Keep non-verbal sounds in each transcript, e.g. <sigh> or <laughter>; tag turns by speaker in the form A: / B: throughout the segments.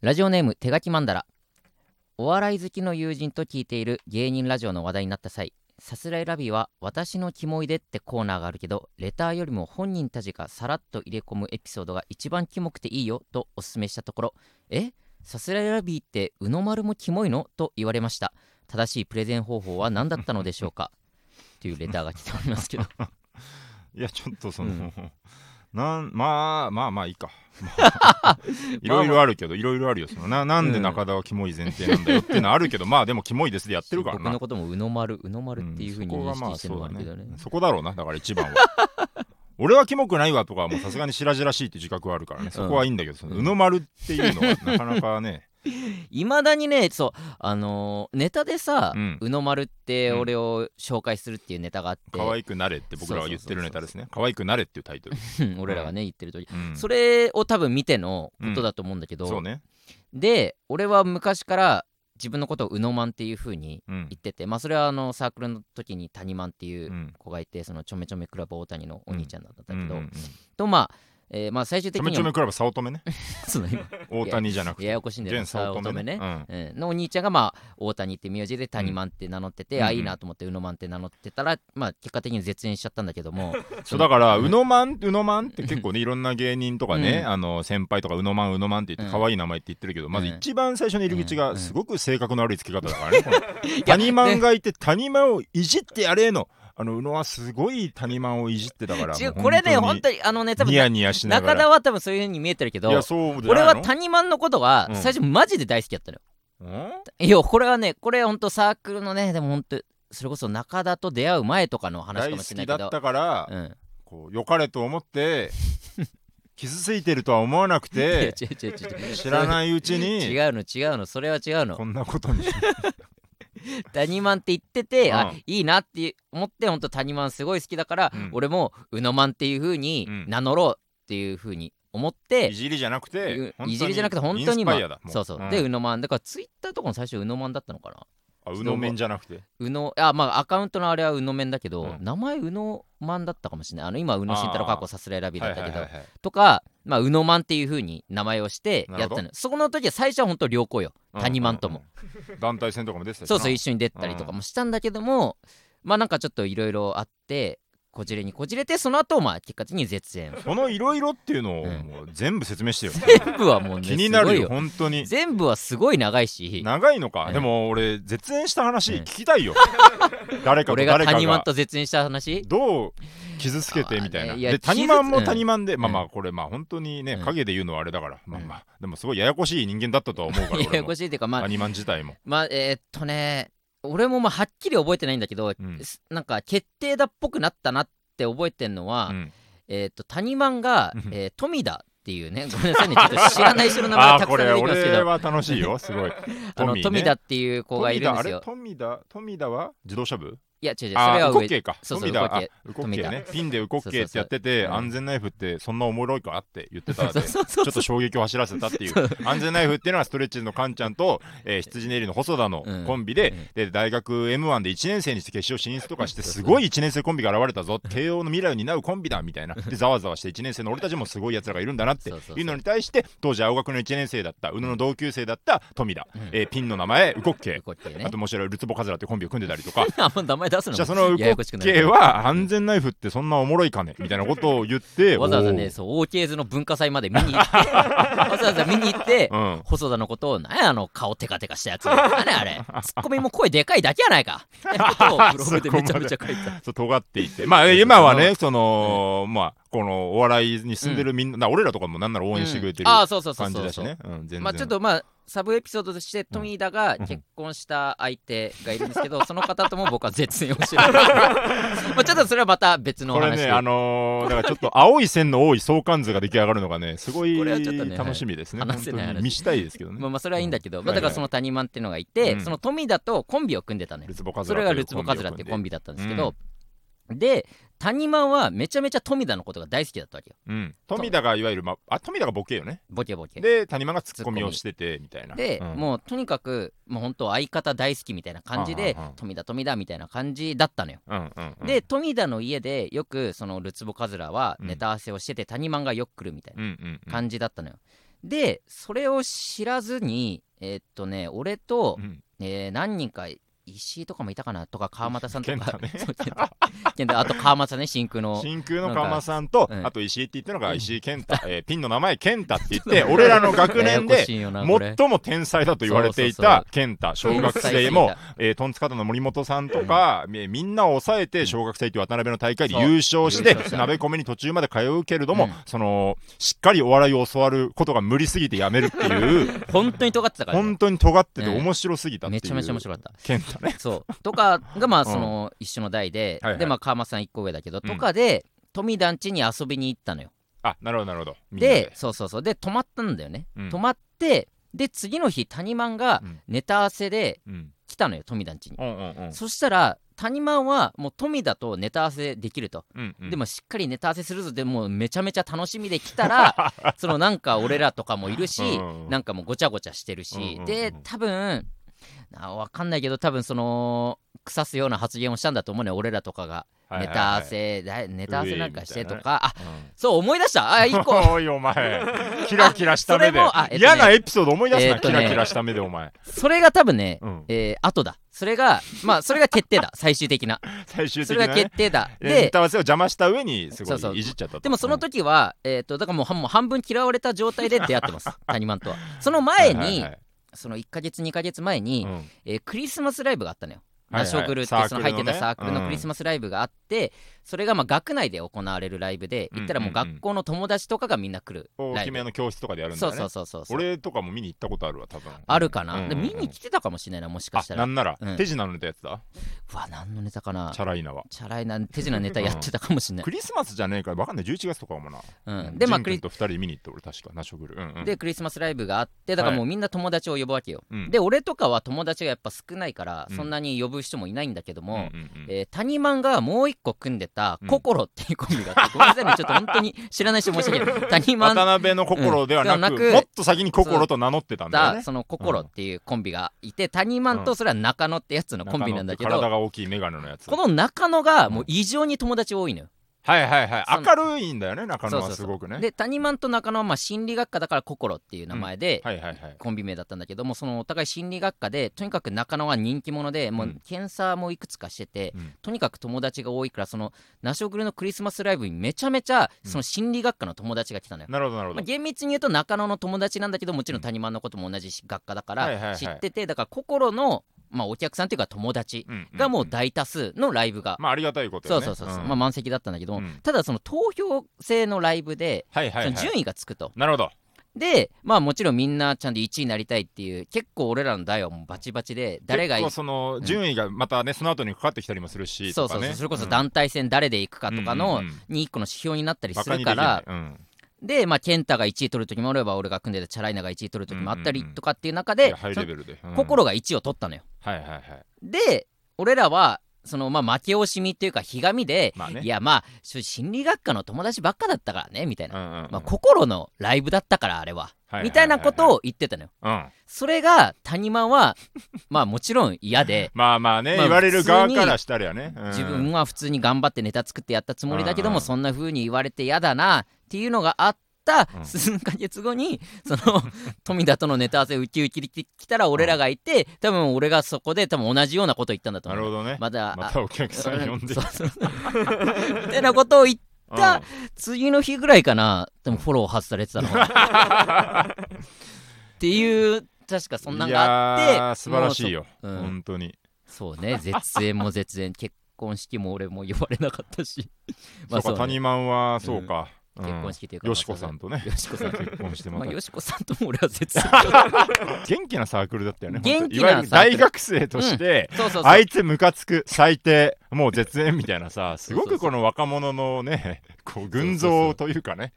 A: ラジオネーム手書きマンダラお笑い好きの友人と聞いている芸人ラジオの話題になった際さすらいラビは私のキモいでってコーナーがあるけどレターよりも本人たちがさらっと入れ込むエピソードが一番キモくていいよとおすすめしたところえさすらいラビってうの丸もキモいのと言われました正しいプレゼン方法は何だったのでしょうかというレターが来ております
B: <laughs>
A: けど
B: いやちょっとそうの、
A: ん
B: なんまあまあまあい
A: <laughs>
B: いかいろいろあるけどいろいろあるよそのななんで中田はキモい前提なんだよっていうのはあるけど、まあでもキモいですでやってるから
A: 僕の
B: な
A: こともうの丸うの丸っていうふうに認
B: んそこがま
A: 識
B: あ
A: してるの
B: そ
A: があ
B: う
A: る
B: だ
A: けどね,、
B: ねそこだろうなだから一番は俺はキモくないわとかはもうさすがに白々しいって自覚はあるからねそこはいいんだけど、その
A: うん
B: うの丸っていうのはなかなかね
A: いまだにねそうあのーネタでさ
B: うん
A: 「うの丸って
B: うん
A: 俺を紹介するっていうネタがあって、
B: 可愛くなれって僕らは言ってるネタですね可愛くなれっていうタイトルです、
A: うん俺らがね言ってる時、
B: うん、
A: それを多分見てのことだと思うんだけど、
B: そうね
A: で俺は昔から自分のことを「うのまん」っていうふうに
B: うん
A: 言っててまあそれはあのサークルの時に「谷まん」っていううん子がいてそのちょめちょめクラブ大谷のお兄ちゃんだったんだ
B: う
A: け
B: ん
A: ど、
B: うんうん
A: とまあ、えーまあ最終
B: ち
A: 的
B: ょ
A: に
B: め
A: は
B: ちょめクラブ早乙女ね
A: <laughs> そうだ今
B: 大谷じゃなくて
A: ややこしいんだよ
B: 現早乙
A: 乙
B: 女
A: 女
B: ね
A: ね、うん、のお兄ちゃんがまあ大谷って名字で谷マンって名乗ってて、
B: うん
A: あ
B: うんうん
A: いいなと思って宇野マンって名乗ってたらまあ結果的に絶縁しちゃったんだけども
B: <laughs> そうだから、
A: うん
B: うのまん、うのまんって結構ね、いろんな芸人とかね、
A: うん
B: あの先輩とか、うのまん、うのまんって言っ
A: う
B: て、
A: ん
B: 可愛い名前って言ってるけど、まず
A: うん
B: 一番最初の入り口
A: う
B: が、
A: ん
B: すごく性格の悪い付け方だからね。この
A: <laughs> いや
B: 谷マン
A: ね
B: がいて、谷マンをいじってやれの、あの、うのはすごい谷マンをいじってたから、
A: 違う
B: もう
A: これね本当にあのね多分
B: ニヤニヤしなが
A: 中田
B: ら。
A: は多分そういうふうに見えてるけど
B: いや、そうじゃ
A: 俺
B: ない
A: は
B: の
A: 谷マンのことが
B: うん
A: 最初マジで大好きだったのよ、
B: うん
A: いやこれはねこれ本当サークルのねでも本当それこそ中田と出会う前とかの話か
B: 大好
A: もし
B: き
A: れ
B: だ
A: ない
B: っ
A: けど
B: たから、
A: うん、
B: こう、良かれと
A: <laughs>
B: 思って、傷ついてるとは思わなく
A: いや違
B: て、
A: う違う違う
B: 知らないうち
A: 違
B: に、
A: うの違うのそれは違うの
B: こんなことに。
A: タニマンって言ってて、あ
B: うん
A: いいなって思って本当タニマンすごい好きだから、
B: うん
A: 俺もうのまんっていう風に
B: うん
A: 名乗ろうっていう風に思って
B: い、じりじゃなくて、
A: いじりじゃなくて本当に
B: ま
A: ま
B: あ、
A: あそうそう、
B: ん
A: でうのまんだからツイッターとかも最初うのまんだったのかな
B: あうの面じゃなくて。
A: うのあまあアカウントのあれはうのめんだけど、
B: うん
A: 名前うのまんだったかもしれないあの今はうの慎太郎過去さすらいラビだ
B: はい
A: った
B: はい
A: けど、
B: はいはい
A: とかまあうのまんっていう風に名前をしてやっ
B: な
A: た
B: る
A: のそこの時は最初は本当良好よ
B: うん
A: 谷間とも。
B: うん団体戦とかも出てたし
A: そ
B: な
A: うそう一緒に出たりとかもしたんだけども、まあなんかちょっといろいろあってこじれにこじれてその後まあ結果的に絶
B: <laughs>
A: 縁
B: そのいろいろっていうのを
A: うん
B: もう全部説明してよ。
A: 全部はもうね
B: 気にな
A: すご
B: る
A: い
B: よ、本当に。
A: 全部はすごい長いし
B: 長いの
A: う
B: か。
A: ん
B: でも俺、絶縁した話
A: うん
B: 聞きた
A: <laughs>
B: いよ。誰かと
A: 俺が
B: 誰か
A: 谷間
B: が
A: と絶縁した話
B: どう傷つけてみたい
A: あ
B: な。
A: ーねいや
B: で、
A: 傷つ
B: 谷間も
A: うん
B: 谷間で、まあま
A: う
B: あ、これまあ本当にね
A: う、ん
B: 影で言うのはあれだから、まあまあ、でもすごいややこしい人間だったとは思うか
A: <laughs>
B: ら、
A: や
B: 俺
A: や
B: も
A: こしいっていうかまあ
B: 谷間自体も。
A: まあえーっとね俺もまあはっきり覚えてないんだけど、
B: うん
A: すなんか決定打っぽくなったなって覚えてんのは、
B: うん
A: えーっと谷間が
B: うん、
A: えー富田っていうねごめんなさいねちょっと知らない人の名前
B: <laughs> あ
A: が
B: あー、
A: たく
B: こ
A: さん
B: れ
A: 出てきますけ
B: 俺
A: ど
B: は楽しいよ、す
A: <laughs>
B: ごい。
A: あの
B: 富ね
A: 富田っていう子がいるんです
B: 富田あれ
A: よ
B: 富田富田は自動車部
A: いや違う違うそれ
B: あ
A: は
B: ウコ
A: 上
B: ッケイか
A: そうそう
B: 富田あ
A: ウ
B: ウ
A: コ
B: コ
A: ッ
B: ッ
A: ケイ
B: ケイ
A: 富
B: ねピンでウコッケイってやってて
A: そうそうそう
B: 安全ナイフってそんなおもろいかって言ってた
A: そ
B: で
A: う
B: ち
A: そうそう
B: ょっと衝撃を走らせ
A: <laughs>
B: たっていう安全ナイフっていうのはストレッチーズのカンちゃんと、えー、羊ネイリの細田の
A: うん
B: コンビで,、
A: うん
B: で大学 m 1で1年生にして決勝進出とかしてすごい1年生コンビが現れたぞ慶応の未来を担うコンビだみ
A: <laughs>
B: たいなでざわざわして1年生の俺たちもすごいやつらがいるんだなって
A: そうそうそう
B: いうのに対して当時青学の1年生だった宇野の同級生だった富田、
A: うん
B: えーピンの名前ウコッケイ
A: ウコッケイね
B: あと面白いルツボカズラってコンビを組んでたりと
A: <laughs>
B: か
A: あんま名前出すのも
B: じゃあそのウコ
A: ややこしく
B: ッ
A: なるか
B: ケ
A: ら
B: は安全ナイフってそんなおもろいかねみたいなことを言って
A: <laughs> わざわざ
B: お
A: ね
B: ー
A: そう OK 図の文化祭まで見に行
B: <laughs>
A: ってわざわざ見に行って、
B: うん
A: 細田のことを「何やあの顔テカテカしたやつ何やあれツッコミも声でかいだけやない
B: <laughs>
A: か」みたいなことをブログでめちゃめちゃ書いてた
B: そう尖っていてまあ今はねそのまあこのお笑いに住んでるみんな、だから俺らとかもなんなら応援してくれてる
A: うんああそうそうそう
B: 感
A: そ
B: じ
A: う
B: だしね、うん、全然
A: まあちょっとまあサブエピソードとして富田が結婚した相手がいるんですけど、その方とも僕は絶縁をして
B: <laughs>
A: るまあちょっとそれはまた別のお
B: これ
A: 話で
B: ね
A: <laughs>
B: あのーだからちょっと青い線の多い相関図が出来上がるのがねすごい
A: これはちょっとね
B: 楽しみですね
A: はい話せない
B: 本当
A: 話
B: に見したいですけどね、
A: まあまあそれはいいんだけど、
B: うん
A: まあ、だからその谷間っていうのがいて、
B: うん
A: その富田とコンビを組んでたのよ
B: ルツボカズ
A: そ
B: ラ
A: れ
B: と
A: が
B: い
A: ル
B: う
A: ツボカズラってコン
B: ビ
A: ビだったんですけど、で谷間はめちゃめちゃ富田のことが大好きだったわけよ
B: を組んで、うん、富田がいわゆる、まあ、あ富田がボケよね
A: ボケボケで
B: で谷間がツッコミをしててみたいなうん
A: もうとにかくもう本当相方大好きみたいな感じで
B: はあはあはあ
A: 富田富田みたいな感じだったのよ
B: うんうんうん、
A: で富田の家でよくそのルツボカズラはネタ合わせをしてて谷間がよく来るみたいな
B: うんうんうん
A: 感じだったのよでそれを知らずにえーっとね俺と、
B: うん
A: えー何人か石井とかもいたかなとか川又さんとか、
B: 健太ね
A: <laughs> そう健太 <laughs> 健太あと川又さんね真空の
B: 真空の川間さんと、
A: うん
B: あと石井って言ったのが石井健太、えーピンの名前健太って
A: <laughs>
B: 言って俺らの学年で
A: も
B: 最も天才だと言われてい
A: そうそう
B: た健太小学生も、えー、トンツカタンの森本さんとか、えーみんなを抑え
A: うん
B: て小学生という渡辺の大会で
A: そう
B: 優勝して
A: 優勝した
B: 鍋込みに途中まで通うけれども、
A: うん
B: そのしっかりお笑いを教わることが無理すぎてやめるっていう
A: 本当に尖ってたからね、
B: <laughs> 本当に尖ってて
A: ね
B: 面白すぎたってい
A: め
B: う、
A: ちゃめちゃ面白かった
B: 健太ね
A: そうとかがまあ
B: うん
A: その一緒の代で、
B: はいはい
A: でまあ川松さん一個上だけど、
B: うん
A: とかで富田ん家に遊びに行ったのよ
B: あなるほどなるほどみんな
A: でそうそうそうで泊まったんだよね、
B: うん
A: 泊まってで次の日谷マンが
B: うん
A: ネタ合わせで
B: うん
A: 来たのよ富田ん家に、
B: うんうんうん
A: そしたら谷マンはもう富田とネタ合わせできると、
B: うんうん
A: でもしっかりネタ合わせするぞでもうめちゃめちゃ楽しみで来た
B: <laughs>
A: らそのなんか俺らとかもいるし、
B: うんうん
A: なんかもうごちゃごちゃしてるし、
B: うんうんうん
A: で多分あわかんないけど多分その腐すような発言をしたんだと思うね俺らとかが、
B: はいはい
A: ネ
B: はい
A: タ合わせだネタ合わせなんかしてと
B: うえみ
A: か、あ
B: うん
A: そう思い出したあ一個
B: おいお前キラキラした目で
A: あそれもあえっとね
B: 嫌なエピソード思い出す
A: えっ
B: な
A: と
B: キ
A: ね
B: ラキラした目でお前
A: <laughs> それが多分ね、
B: うん
A: えー後だそれがまあそれが決
B: <laughs>
A: 定だ最終的な
B: 最終
A: そ
B: 的
A: れ
B: な
A: が
B: ね
A: 決定だ
B: えネ
A: で
B: タ合わせを邪魔した上にすご
A: そうそう
B: いいじっちゃったと
A: でもその時は、えー、とだからもうはもう半分嫌われた状態で出会って
B: <laughs>
A: ます谷マンとはその前に、
B: はいはいはい
A: その1ヶ月2ヶ月前に、
B: うん
A: えークリスマスライブがあったのよ。
B: はいは
A: ナ
B: い
A: ショグルって
B: サー
A: そ
B: ク
A: の
B: ルの
A: 入ってた
B: ね
A: サークルの
B: うん
A: クリスマスライブがあって、それがまあ学内で行われるライブで
B: うん
A: 行ったらもう学校の友達とかがみんな来る
B: 大
A: ライ
B: き
A: ブ、
B: めの教室とかでやるんだ
A: そう
B: よね
A: そうそうそうそう
B: 俺とかも見に行ったことあるわ多分
A: あるかな、
B: うん
A: で
B: うんうん
A: 見に来てたかもしれないなもしか
B: あ
A: したら
B: な
A: うん
B: なら
A: うん
B: 手品のネタやってた
A: わ何のネタかな
B: チャラいなは
A: チャラいな手品ネタやってたかもしれない
B: ク、リスマスじゃねえから分かんない11月とかかもな
A: うん
B: うん
A: でまあ
B: ジン
A: クリ
B: 君と2人で見に行った俺確かナショグルうんうん
A: でクリスマスライブがあってだからもうみんな友達を呼ぶわけよ、
B: うん
A: で俺とかは友達がやっぱ少ないから、
B: うん
A: そんなに呼ぶ人もいないんだけども、
B: うんうんうん
A: えー、谷マンがもう一個組んでた
B: う
A: 「
B: ん
A: ココロ」っていうコンビがあって、ごめんなさいねちょっと本当に知らない人申し訳ない
B: <laughs>
A: 谷マン
B: 渡
A: だ、
B: 辺の心ではな
A: うんでは
B: く
A: な
B: も
A: く
B: っと先に心と名乗ってたんだよね
A: その「ココロ」っていうコンビがいて谷マンとそれは中野ってやつのコンビなんだけ
B: 体
A: ど
B: が大きいメガネのやつ
A: この中野がもう異常に友達多いのよ。
B: はいはいは
A: そ
B: い
A: の
B: 明るいんだよね中野はすごくね
A: で谷マンと中野はまあ心理学科だから「ココロ」っていう名前で。
B: はいはいはい
A: コンビ名だったんだけどもそのお互い心理学科でとにかく中野は人気者でも
B: う
A: うん検査もいくつかしてて、
B: うん
A: とにかく友達が多いからそのナショグルのクリスマスライブにめちゃめちゃその心理学科の友達が来たのよ。
B: なるほどなる
A: ま
B: ほ
A: あ、
B: ど
A: 厳密に言うと中野の友達なんだけどもちろん谷間のことも同じし学科だか
B: はいはいは
A: ら
B: い
A: 知っててだから心の、まあ、お客さんというか友達
B: うんんん
A: がもう大多数のライブが、
B: まあありがたいこと
A: そ
B: よ
A: う
B: ね
A: そうそうそう、
B: ん
A: まあ、満席だったんだけども、
B: うん
A: ただその投票制のライブで
B: はいはい
A: そ
B: はい
A: の順位がつくと
B: なるほど
A: でまあもちろんみんなちゃんと1位になりたいっていう結構俺らの代はもうバチバチで誰がい
B: 結
A: い
B: 構その順位がまたねその後にかかってきたりもするし
A: そう
B: と
A: そ
B: か
A: うそ
B: ね
A: うそれこそ
B: ん
A: 団体戦誰で行くかとかの
B: うんうんうん
A: に一個の指標になったり
B: バ
A: す
B: カ
A: る
B: にで
A: か
B: き
A: ら
B: ないうん
A: で、まあ、健太が1位取る時もあれば俺が組んでたチャライナが1位取る時もあったり
B: うんうんうん
A: とかっていう中
B: い
A: で、
B: やハイ
A: そ
B: レ
A: の
B: ベルでうん
A: 心が1位を取ったのよ。
B: はいはいはい
A: で俺らはそのまあ負け惜しみというかひがみで、
B: まあね
A: いやまあし心理学科の友達ばっかだったからねみたいな、
B: うんうんうん
A: まあ、心のライブだったからあれは、
B: はいはいはいはい
A: みたいなことを言ってたのよ。
B: うん
A: それが谷間はまあもちろん嫌
B: <laughs>
A: で
B: まあまあね
A: まあ
B: 言われる側からしたらやねうん
A: 自分は普通に頑張ってネタ作ってやったつもりだけども、
B: うんうん
A: そんな風に言われて嫌だなっていうのがあった
B: うん
A: 数ヶ月後に、その <laughs> 富田とのネタ合わせウキウキで来たら俺らがいて多分俺がそこで多分同じようなこと言ったんだと
B: な
A: 思う
B: るほどね
A: まだ
B: またお客さん呼んで
A: そうそうみたいなことを <laughs> 言っ
B: うん
A: た次の日ぐらいかなでもフォロー外されて
B: <laughs>
A: たのかなっていう確かそんなんがあって
B: いやー素晴らしいよ
A: もうそ,、うん
B: 本当に
A: そうね絶縁も絶
B: <laughs>
A: 縁結婚式も俺も呼ばれなかったし
B: そうか
A: ね
B: 谷間はそうかうん
A: 結婚式というか
B: よしこさんとね
A: よしこさん
B: 結婚 <laughs> してま
A: <laughs> まあ、
B: た
A: よしこさんとも俺は
B: <laughs>
A: 絶縁
B: 元気なサークルだったよね
A: 元気な
B: 本当いわゆる
A: サークル
B: 大学生として、
A: そうそうそう
B: あいつムカつく最低もう絶縁みたいなさすごくこの若者のね <laughs> こう群像というかね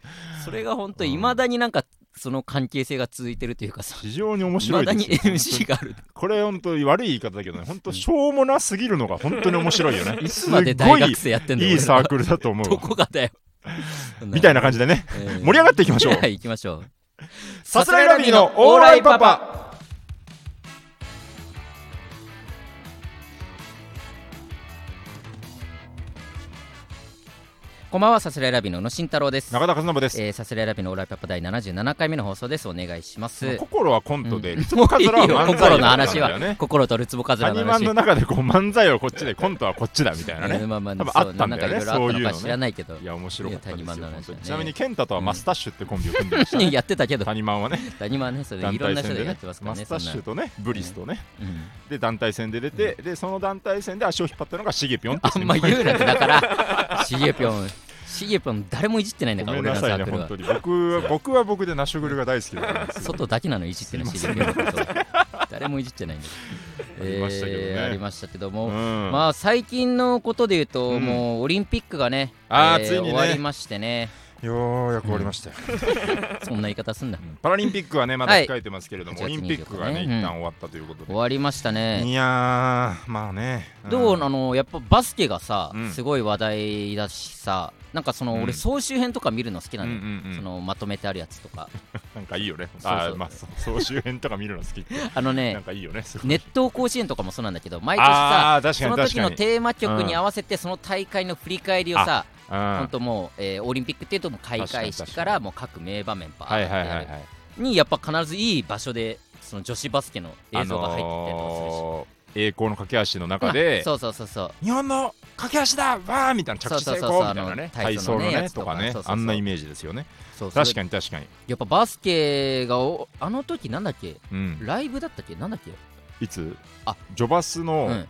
A: それが本当いまだになんかその関係性が続いてるというかさ
B: 非常に面
A: い
B: 白
A: ま
B: い
A: だ
B: で
A: に
B: すよ本当
A: <laughs> MC
B: に
A: がある
B: これ本当に悪い言い方だけどね本当しょうもなすぎるのが本当に面白いよね
A: <laughs> いつ
B: す
A: ま
B: っ
A: で
B: ご
A: 大
B: い
A: 学生やってんだ
B: いいサーク
A: ル
B: ルだと思う
A: ど
B: わ
A: こがだよ
B: <laughs> みた
A: な、
B: いな感じ
A: <laughs>
B: でね
A: えー
B: 盛り上がっていきましょう
A: <laughs> はい行きましょう
B: さすらいラビーのオーライパパ
A: こんばんはさすらいラビの宇野慎太郎です
B: 中田和信です、
A: えー、さすらいラビのオーライパパ第77回目の放送ですお願いします
B: 心はコントで、
A: うん
B: ルツボカズラ
A: もうい
B: は
A: いよ
B: 漫才
A: 心の
B: だったん
A: 話
B: だよね
A: は心とるつぼかず
B: ア
A: ら
B: ニ
A: の
B: マ
A: 話
B: ンの中でこう漫才はこっちでコントはこっちだみたいな
A: う
B: ね
A: んまあまあ
B: 多分あったんだよね
A: そうなんかいろいろあったのか
B: そういうのね
A: 知らないけど
B: いや面白かったです
A: い
B: よ、
A: や谷間の話はね
B: 本当にちなみに健太とはマスタッシュってコンビを組んでました
A: <laughs>
B: ね、
A: やってたけど
B: 谷マンはね
A: 谷間はねそれ
B: 団
A: いろん
B: 体
A: な人
B: 戦
A: で
B: で
A: やっ
B: ね
A: てますから
B: マ
A: ね
B: スタッシュ
A: そ
B: とねブリスとね、
A: んなうん
B: で団体戦で出て、でその団体戦で足を引っ張ったのがシゲピョンって
A: あんま言うなってだ
B: <laughs>
A: からシゲピョンシゲピョン誰もいじってないんだか
B: ご
A: ら
B: めん
A: 俺ら
B: な
A: のサ
B: さいね
A: ークル
B: 本
A: は
B: 当に僕は僕は僕でナショグルが大好きだからです
A: 外だけなのいじってるシゲピョンのこと誰もいじってないんだ
B: <laughs> ありましたけどね
A: えーありましたけど
B: う
A: も
B: ん
A: まあ最近のことで言うと、
B: うん
A: もうオリンピックがね、
B: あーついに
A: 終
B: ね
A: わりましてね、
B: ようやく終わりましたよ、
A: そんな言い方すんな。
B: パラリンピックはねまだ控えてますけれども、
A: はい
B: オリンピックがね
A: 8月24
B: 一
A: ね
B: 旦終わったということで
A: 終、わりましたね。
B: いやーまあね、ん
A: どうなのやっぱバスケがさ、
B: うん
A: すごい話題だしさ、なんかその、
B: うん
A: 俺、総集編とか見るの好きな
B: うん
A: の
B: う
A: よ、
B: んうん
A: そのまとめてあるやつとか、
B: なんかいいよね。
A: そうそう
B: あーまあ、そう <laughs> 総集編とか見るの好きって。
A: あの
B: なん <laughs>
A: ね、
B: かいいよね。すごい
A: 熱湯甲子園とかもそうなんだけど、毎年さ、
B: ああ、確か
A: そ
B: に
A: の
B: 確
A: 時
B: か
A: の
B: に。
A: テーマ曲に合わせて、その大会の振り返りをさ、
B: うん
A: 本当もう、えーオリンピックっていうと、もう開会式からもう各名場面ば
B: は
A: ー
B: い
A: っ
B: はいはい
A: てや
B: は
A: る
B: い。
A: にやっぱ必ずいい場所でその女子バスケの映像が入ってきたりとかするし、
B: のー栄光の架け橋の中
A: うん
B: で、
A: そうそうそうそう
B: 日本の架け橋だわーみたいな着地
A: そ
B: 成
A: うそうそう
B: 功みたいな
A: あ
B: ね。
A: の体
B: 体
A: 操
B: 操
A: の
B: の
A: ねや
B: ね
A: つと
B: と
A: か
B: か
A: そう
B: ね
A: そう。そう
B: あんなイメージですよね。
A: そうそ
B: 確
A: れ
B: かに確かに。
A: やっぱバスケがおあの時なんだっけ
B: うん。
A: ライブだったっけなんだっけ、
B: いつ
A: あ
B: ジョバス
A: う
B: の
A: ん、
B: えー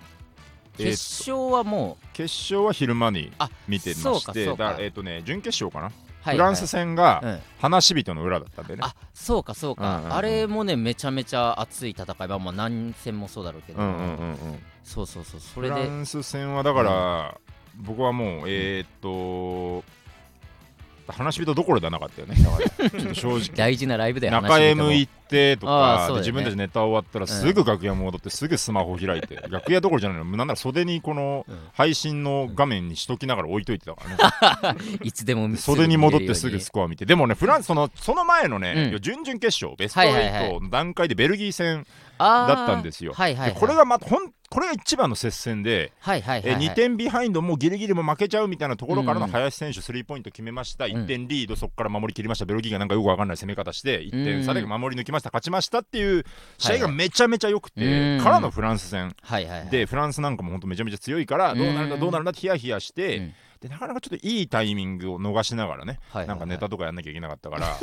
A: 決勝はもう、
B: 決勝は昼間に
A: あ
B: 見てま
A: そう
B: し
A: か
B: て、
A: そうか
B: だえっとね、準決勝かな。
A: はい
B: フランス
A: はい
B: 戦が
A: うん
B: 花火人の裏だったんでね。
A: あそうかそうか、
B: うんうんうん
A: あれもねめちゃめちゃ熱い戦いまあまあ何戦もそうだろうけど、
B: うんうんうんうん。
A: そうそうそうそ
B: フ
A: れ
B: ラ
A: で
B: ンス戦はだから、僕はもう、えーっと、話し人どころではなかったよね、だから <laughs> ちょっと正直。
A: 大事なライブだよ
B: 中
A: 話聞
B: M
A: い
B: 行ってと
A: あー
B: か、
A: そうだよね
B: で自分たちネタ終わったらすぐ楽屋戻って、すぐスマホ
A: <laughs>
B: 開いて、楽屋どころじゃないの、なんなら袖にこの
A: うん
B: 配信の画面にしときながら置いといてたから
A: <laughs>
B: ね、
A: てもいつでもすぐ
B: 袖に戻って
A: 見
B: す
A: れるよう
B: ぐ
A: に
B: スコア見て、でもね、フランス、そのその前のね、
A: うん
B: 準々決勝、ベスト
A: はいはいはい
B: 8の段階でベルギー戦、
A: あー
B: だったんですよ
A: はいはい、
B: で
A: はい、
B: これがまたほんこれが一番の接戦で、
A: はいはいはい
B: え
A: はい、
B: 2点ビハインド、もうギリギリも負けちゃうみたいなところから
A: うんう
B: の
A: ん
B: 林選手、スリーポイント決めまし
A: ん
B: た、1点リード、そこから守り切りました、ベルギーがなんかよくわかんない攻め方して、1
A: うんうん
B: 点差で守り抜きました、勝ちましたっていう試合が
A: はい
B: めちゃめちゃ良くて、
A: うん
B: からのフランス戦。
A: はいはいはい、
B: でフランスなんかも本当めちゃめちゃ強いから
A: うん
B: どうなるんだどうなるんだってヒヤヒヤして、
A: うん
B: でなかなかちょっといいタイミングを逃しながらね、
A: はいはいはい
B: なんか
A: <laughs>
B: ネタとかやんなきゃいけなかったから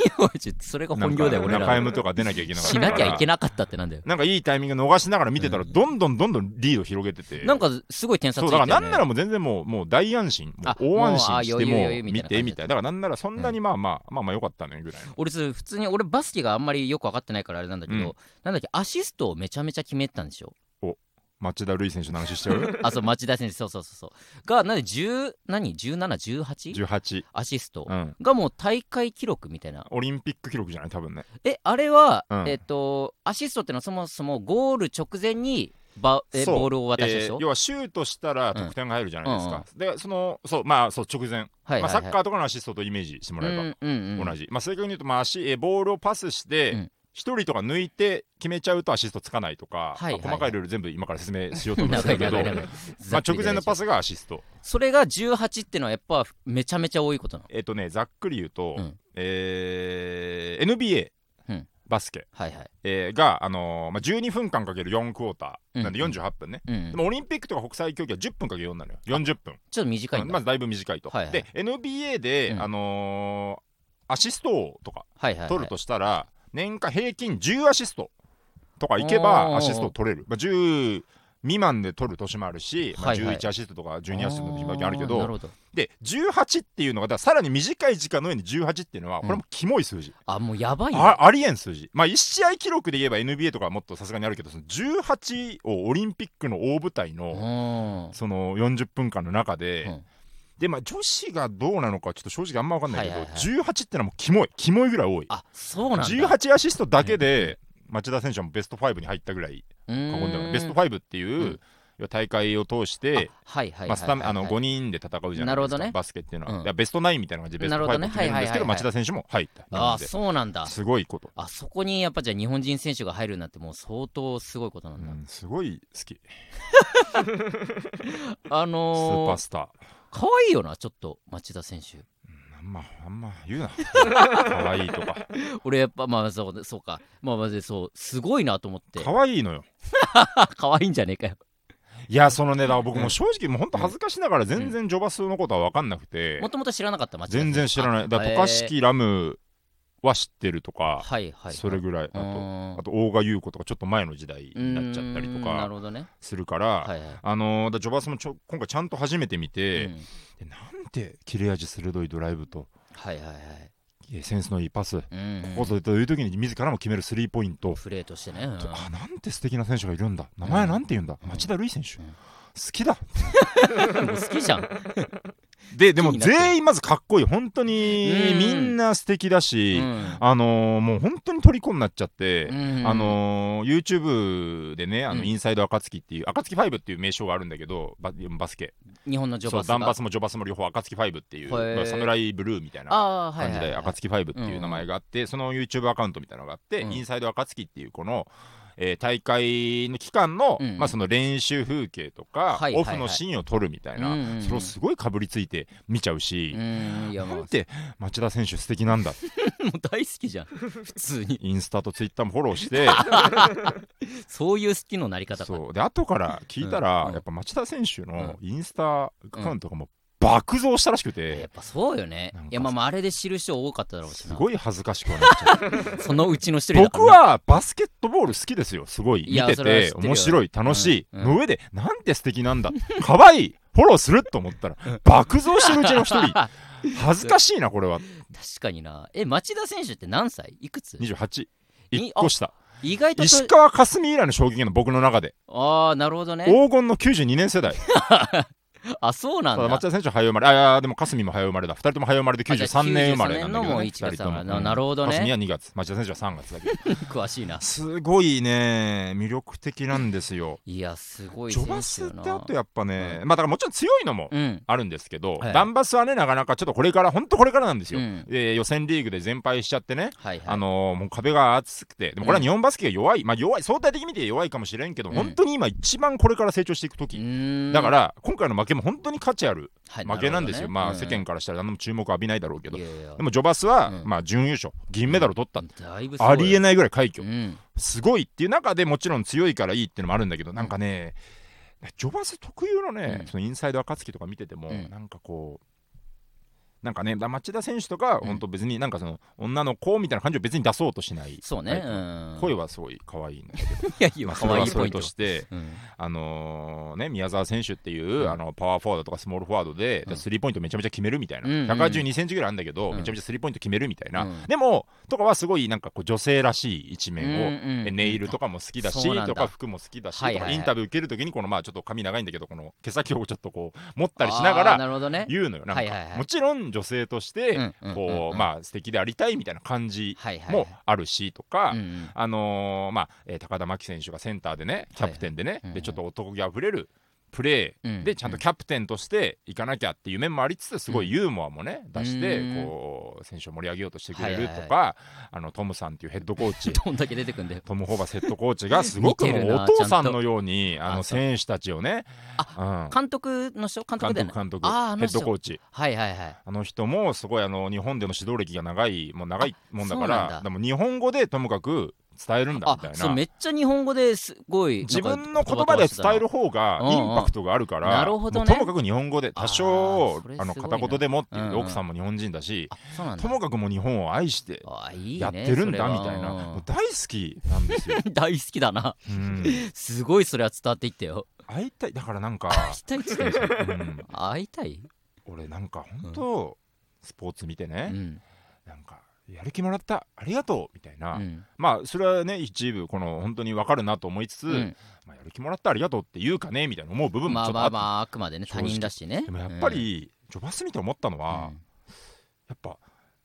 A: それが
B: なん
A: <laughs> 本業
B: か
A: だよ俺
B: 中
A: ら
B: 山とか出なきゃいけなかった
A: し
B: から
A: なきゃいけなかったってなんだよ
B: なんかいいタイミング逃しながら見てたらどんどんどんどんリード広げてて
A: なんかすごい点差つい
B: そ
A: うて
B: だ
A: る
B: か
A: よ、ね、
B: らなんならもう全然もうもう大安心も
A: あ
B: う大安心して
A: もうあ余裕
B: も
A: 余裕
B: う
A: みたい
B: 見
A: な
B: てみたいだからなんならそんなにまあまあまあまあよかったねぐらいの
A: 俺そう普通に俺バスケがあんまりよく分かってないからあれなんだけど、
B: うん
A: なんだっけアシストをめちゃめちゃ決めてたんで
B: <laughs>
A: しょ
B: 町田瑠唯選手の話しちゃう
A: あそう町田選手そうそうそうそうがなんで10何 1718?
B: 18
A: アシスト、
B: うん
A: がもう大会記録みたいな
B: オリンピック記録じゃない多分ね
A: えあれは、
B: うん
A: えっ、とアシストってのはそもそもゴール直前にバえ
B: そう
A: ボールを渡すでし
B: え
A: ょ、
B: ー要はシュートしたら得点が入るじゃないです
A: うん
B: かでそのそうまあそう直前
A: はい
B: まあ
A: はい
B: サ
A: はい
B: ッカーとかのアシストとイメージしてもらえば
A: うんうんうん、
B: 同じまあ正確に言うとまあ足えーボールをパスし
A: う
B: て
A: ん
B: 一人とか抜いて決めちゃうとアシストつかないとか
A: はいはいはい
B: まあ細かいルール全部今から説明しようと思うんです
A: 長
B: け
A: い <laughs>
B: ど
A: 長い長い
B: <laughs> まあ直前のパ
A: ス
B: スがアシスト
A: それが18ってのはやっぱめちゃめちゃ多いことなの
B: えっとねざっくり言うと、
A: うん
B: えー NBA、
A: うん
B: バスケ、
A: はいはい
B: えーが、あのーまあ、12分間かける4クォータ
A: うん
B: ーなんで48分ね、
A: うんうん
B: でもオリンピックとか国際競技は10分かける4なのよ40分
A: ちょっと短いんだ、
B: まずだいぶ短いと、
A: はいはい
B: で NBA で、
A: うん
B: あのーアシスト王とか
A: はいはいはい、
B: 取るとしたら、年間平均10アシストとかいけば
A: おー
B: アシストを取れる、まあ、10未満で取る年もあるし、まあ、
A: はいはい
B: 11アシストとか12アシストの年もあるけ
A: あーな
B: ど
A: るほど
B: で18っていうのがだからさらに短い時間の上に18っていうの
A: う
B: は
A: ん
B: これもキモい数字、
A: あもうやばいな
B: あありえん数字まあ1試合記録で言えば NBA とかはもっとさすがにあるけどその18をオリンピックの大舞台
A: う
B: の
A: ん
B: その40分間の中で、
A: うん
B: でまあ女子がどうなのかちょっと正直あんま分かんないけど、
A: はいはいはい
B: 18ってのはもうキモいキモいぐらい多い
A: あそうなんだ
B: 18アシストだけで町田選手はもうベスト5に入ったぐらい過言ではないベスト
A: ァイ
B: 5っていう、
A: うん
B: 要は大会を通して
A: はいはいはいはい、はい
B: まあ、スタメンあの5人で戦うじゃな
A: な
B: い
A: るほ
B: です
A: ど
B: か、
A: ね
B: バスケっていうのは、
A: うん
B: だからベストナインみたいな感じでベス
A: なる
B: ト
A: ほど
B: 5
A: ね
B: を決めるんですけど
A: はいはいはいはい
B: 町田選手も入った
A: あ
B: な
A: あ
B: んで
A: そうなんだ
B: すごいこと、
A: あそこにやっぱじゃあ日本人選手が入るなってもう相当すごいことな
B: うん
A: だ、
B: ん、すごい好きス
A: あ
B: ーパ
A: の
B: ー
A: ー、
B: スタ
A: 可愛いよなちょっと町田選手
B: あんまあんま言う
A: <laughs>
B: な可愛いとか
A: 俺やっぱまあそうそうかまあまずそうすごいなと思って
B: 可愛いのよ
A: 可愛いんじゃねえかよ
B: いやそのねだから僕も正直もう本当恥ずかしながら全然序バスのことは分かんなくて
A: もともと知らなかった町田選手
B: 全然知らないだから渡嘉敷ラムは知ってると
A: あ
B: か
A: はいはい
B: それ
A: ぐ
B: ぐらいあ
A: う
B: と
A: ーん
B: あと大賀優子とかちょっと前の時代になっちゃったりと
A: うーんなる
B: か
A: ほどね
B: するから
A: はいはい
B: あのーだからジョバスもちょ今回ちゃんと初めて見て、
A: うん
B: でなんて切れ味鋭いドライブと
A: はいはいはい
B: えセンスのいいパス、
A: うんうん
B: ここぞという時に自らも決めるスリーポイント、
A: プレーとしてねうん
B: とあなんて素敵な選手がいるんだ名前なんて言うんだ、
A: うん
B: 町田瑠唯選手、
A: うん
B: 好きだ
A: もう好きじゃん
B: ででも
A: 好きになってる
B: 全員まずかっこいい本当に
A: うん
B: みんな素敵だし、あのーもう本当に虜になっちゃって、あのー YouTube でね「あの
A: うん
B: インサイド暁」っていう「暁5」っていう名称があるんだけどババスケ
A: 日本のジョ
B: そ
A: バ
B: う
A: ス
B: ダンバ
A: が
B: スもジョバスも両方暁5っていう、
A: へー
B: まあ、サムライブルーみたいな
A: ああーはい
B: 感じ
A: はい
B: で、
A: はい
B: あかつき5っていう名前があって、その YouTube アカウントみたいなのがあって、
A: うん
B: インサイドあかつきっていうこの、えー大会の期間の,、
A: うん
B: まあ、その練習風景とか、
A: はいはいはい
B: オフのシーンを撮るみたいな、
A: うんうんうん
B: それをすごいかぶりついて見ちゃうし、
A: うんいやま
B: な
A: あ
B: んて町田選手素敵なんだ
A: もう大好きじゃん普通に
B: インスタとツイッターもフォローして
A: <laughs> そういう好きのなり方か
B: そうで後から聞いたら、
A: うんうん
B: やっぱ町田選手のインスタアカウントがもう爆増したらしく、
A: やってぱそうよね
B: なんか
A: いやまあまああれで知る人多かっただろうし
B: す
A: な
B: ごい恥ずかしくはなっちゃう。
A: そのうちの一人だから
B: 僕
A: な
B: はバスケットボール好きですよすごい
A: い
B: 見
A: や
B: て
A: それは知っててるよ
B: 面白い楽しい、
A: うん
B: の上でなんて素敵なんだ可愛いフォローすると思ったら爆増してるうちの一
A: <laughs>
B: 人恥ずかしいなこれは
A: 確かになえ町田選手って何歳いくつ
B: 28
A: に
B: 一個下
A: 意外と
B: 石川佳純以来の衝撃の僕の中で
A: ああなるほどね
B: 黄金の92年世代
A: あそうなん
B: ただ
A: だ
B: 松田選手は早生まれあいやでも佳純も早生まれだ2人とも早生まれで93年生まれな
A: あじゃあ93年
B: んだけ
A: の
B: ど
A: もう
B: ね、
A: 1月
B: 二人とも
A: だななるほどね
B: 佳純は2月町田選手は3月
A: <laughs>
B: だけど
A: 詳しいな
B: すごいね魅力的なんですよ
A: いやすごい
B: ジ
A: 選
B: ョ
A: 手
B: バスっ
A: よ
B: て
A: な
B: あとやっぱね、まあだからもちろん強いのも
A: うん
B: あるんですけど、
A: はい
B: ダンバスはねなかなかちょっとこれから本当これからなんですよ、
A: うん
B: えー予選リーグで全敗しちゃってね、
A: はいはい
B: あのーもう壁が厚くてでもこれは日本バスケが弱い、まあ弱い相対的に見て弱いかもしれんけど、
A: うん
B: 本当に今一番これから成長していく
A: う
B: 時、
A: ーん
B: だから今回の負けも本当に価値ある
A: はい
B: 負けなんです
A: る
B: よ、
A: ほどね
B: ま
A: う
B: あ
A: ん
B: 世間からしたら何も注目浴びないだろうけど、
A: いやいや
B: でもジョバスは、
A: うん
B: まあ準優勝銀メダル取った、
A: だいぶ
B: ありえ
A: な
B: ないぐらい快挙、
A: うん
B: すごいっていう中でもちろん強いからいいっていうのもあるんだけどなんかねジョバス特有のね、
A: うん
B: そのインサイド暁とか見てても、
A: うん
B: なんかこうなんかねだ町田選手とか、
A: うん
B: 本当別になんかその女の子みたいな感じを別に出そうとしない
A: そうね
B: タイプ
A: うん
B: 声はすごい可愛いんだけど、
A: いやいや
B: まあ、そ
A: 可
B: れ
A: 愛
B: はい
A: ポ
B: そ
A: イ
B: れ
A: ント
B: として、
A: うん
B: あのね、宮澤選手っていう、
A: うん
B: あのパワーフォワードとかスモールフォワードで、
A: うん
B: スリーポイントめちゃめちゃ決めるみたいな、
A: うんうん
B: 182センチぐらいあるんだけど、
A: うん
B: めちゃめちゃスリーポイント決めるみたいな、
A: うん
B: でもとかはすごいなんかこう女性らしい一面を、
A: うんうんうん
B: えネイルとかも好きだし
A: そうなんだ
B: とか服も好きだし、
A: はい
B: と
A: はいは
B: か
A: い
B: インタビュー受けるときにこのまあちょっと髪長いんだけどこの毛先をちょっとこう持ったりしなが
A: あー
B: ら
A: なるほどね
B: 言うのよなんか、
A: はいはいはい
B: もちろん女性として、
A: うんうん
B: こう、
A: うんうん
B: まあ素敵でありたいみたいな感じ
A: はいはい
B: もあるしとか、
A: うんうん
B: あのーまあえー高田真希選手がセンターでねキャプテンでね、
A: うんうん
B: でちょっと男気あふれるプレ
A: う
B: ー
A: ん
B: でちゃんとキャプテンとしていかなきゃっていう面もありつつすごいユーモアもね出して
A: うん
B: こう選手を盛り上げようとしてくれ
A: はいは
B: る
A: い
B: と
A: はい
B: かあのトムさんっていうヘッドコ
A: <laughs>
B: ーチ
A: どんだけ出てくんだよ
B: トム・ホーバスヘッドコーチがすごく
A: 見
B: も
A: てる
B: うお
A: な
B: 父さんのようにあの
A: あそう
B: 選手たちをねうん
A: 監督の人監督だよ
B: 監
A: ね
B: 督監督
A: あーあ
B: ヘ
A: の
B: ッ
A: 人
B: ドコーチ
A: はいはいはい
B: あの人もすごいあの日本での指導歴が長いもう長いもんだか
A: そうなん
B: ら
A: だ
B: でも日本語でともかく伝えるんだ
A: あ
B: みたいな。
A: そうめっちゃ日本語ですごい
B: 自分の言葉で伝える方が
A: うんうん
B: インパクトがあるから、
A: なるほどね
B: もうともかく日本語で多
A: あ
B: 少
A: ーそれ
B: あの
A: すごい
B: 片
A: な
B: 言でもっていう、
A: うんうん
B: 奥さんも日本人だし
A: あそうなんだ
B: ともかくもう日本を愛して
A: あいいね
B: やってるんだみ
A: そ
B: た
A: れ
B: いな
A: は
B: もう大好きなんですよ。
A: うん <laughs> 大好きだな
B: うん
A: すごいそれは伝わっていったよ
B: 会いたいだからなんか、
A: <laughs> 会いたいっつってんじゃん
B: うん
A: 会いたい
B: 俺なんか本当、スポーツ見て
A: う
B: ね、
A: ん
B: なんかやる気もらったありがとうみたいな、
A: うん
B: まあそれはね一部この本当に分かるなと思いつつ、
A: うん
B: まあ、やる気もらったありがとうっていうかねみたいな思う部分も
A: ま
B: ちょ
A: あ
B: っ
A: まあ
B: とあって、
A: まああくまでね他人だしね
B: でもやっぱり、ジョバス見て思ったの
A: うんう
B: は、
A: ん
B: やっぱ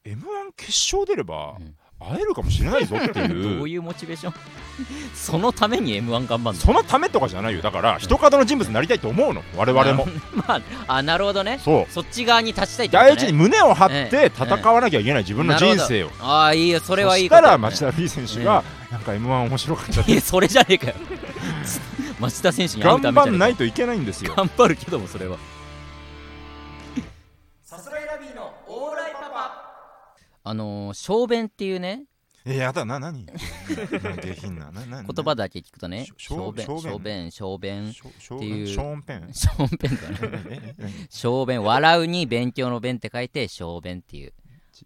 B: m 1決勝出れば
A: うん
B: 会えるかもしれないぞってい
A: <laughs>
B: う
A: どういうモチベーション <laughs> その <laughs> ために m 1頑張る
B: そのためとかじゃないよだから人型の人物になりたいと思うの我々も
A: まああなるほどね
B: そう
A: そっち側に立ちたいってこと
B: 第
A: ね
B: 一に胸を張っ
A: え
B: て戦わなきゃいけない自分の人生を
A: ああいいよそれはいい
B: そ
A: こ
B: し
A: と
B: たら町田瑠唯選手がなんか m 1面白かった
A: <laughs>
B: っ
A: い
B: て
A: やそれじゃねえかよ町田選手に会う
B: 頑
A: ためじゃ
B: 張
A: ねえ
B: ん
A: か
B: な
A: よ <laughs>
B: いといけないんですよ
A: 頑張るけどもそれはあのー小便っていうね
B: えやだな何な下品ななな
A: 言葉だけ聞くとね
B: しょ
A: 小便小
B: 小
A: 便
B: 便
A: 小便
B: しょしょ
A: っていう
B: ショーンペ
A: <laughs>
B: ン
A: 小便だね
B: ええ何
A: 小便笑うに勉強の弁って書いて小便っていう